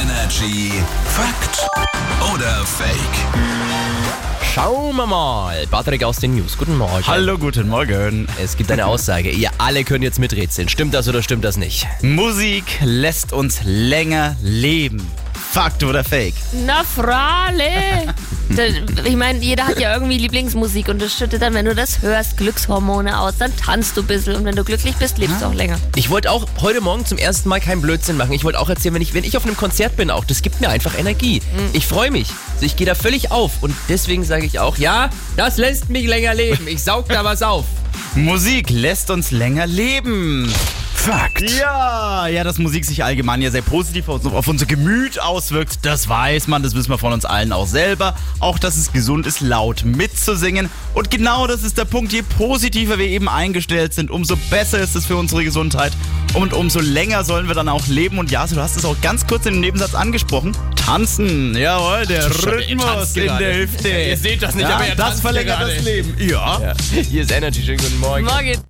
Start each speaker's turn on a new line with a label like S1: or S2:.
S1: Energy Fakt oder Fake?
S2: Schauen wir mal. Patrick aus den News. Guten Morgen.
S3: Hallo, guten Morgen.
S2: Es gibt eine Aussage. Ihr alle könnt jetzt miträtseln. Stimmt das oder stimmt das nicht?
S3: Musik lässt uns länger leben. Fakt oder Fake?
S4: Na, Frale! Das- Ich meine, jeder hat ja irgendwie Lieblingsmusik und das schüttet dann, wenn du das hörst, Glückshormone aus. Dann tanzt du ein bisschen und wenn du glücklich bist, lebst du auch länger.
S2: Ich wollte auch heute Morgen zum ersten Mal keinen Blödsinn machen. Ich wollte auch erzählen, wenn ich, wenn ich auf einem Konzert bin, auch das gibt mir einfach Energie. Ich freue mich. Also ich gehe da völlig auf. Und deswegen sage ich auch, ja, das lässt mich länger leben. Ich saug da was auf.
S3: Musik lässt uns länger leben.
S1: Fakt.
S3: Ja, ja, dass Musik sich allgemein ja sehr positiv auf, auf unser Gemüt auswirkt, das weiß man, das wissen wir von uns allen auch selber. Auch, dass es gesund ist, laut mitzusingen. Und genau das ist der Punkt, je positiver wir eben eingestellt sind, umso besser ist es für unsere Gesundheit. Und umso länger sollen wir dann auch leben. Und ja, du hast es auch ganz kurz in dem Nebensatz angesprochen. Tanzen, jawohl, der
S2: Scheiße, ihr
S3: Rhythmus
S2: tanzt
S3: in
S2: gerade.
S3: der Hüfte.
S2: Ihr seht das nicht,
S3: ja,
S2: aber ihr
S3: Das
S2: tanzt
S3: verlängert
S2: gerade.
S3: das Leben, ja.
S2: Hier ist Energy. Schönen guten Morgen.
S4: Morgen.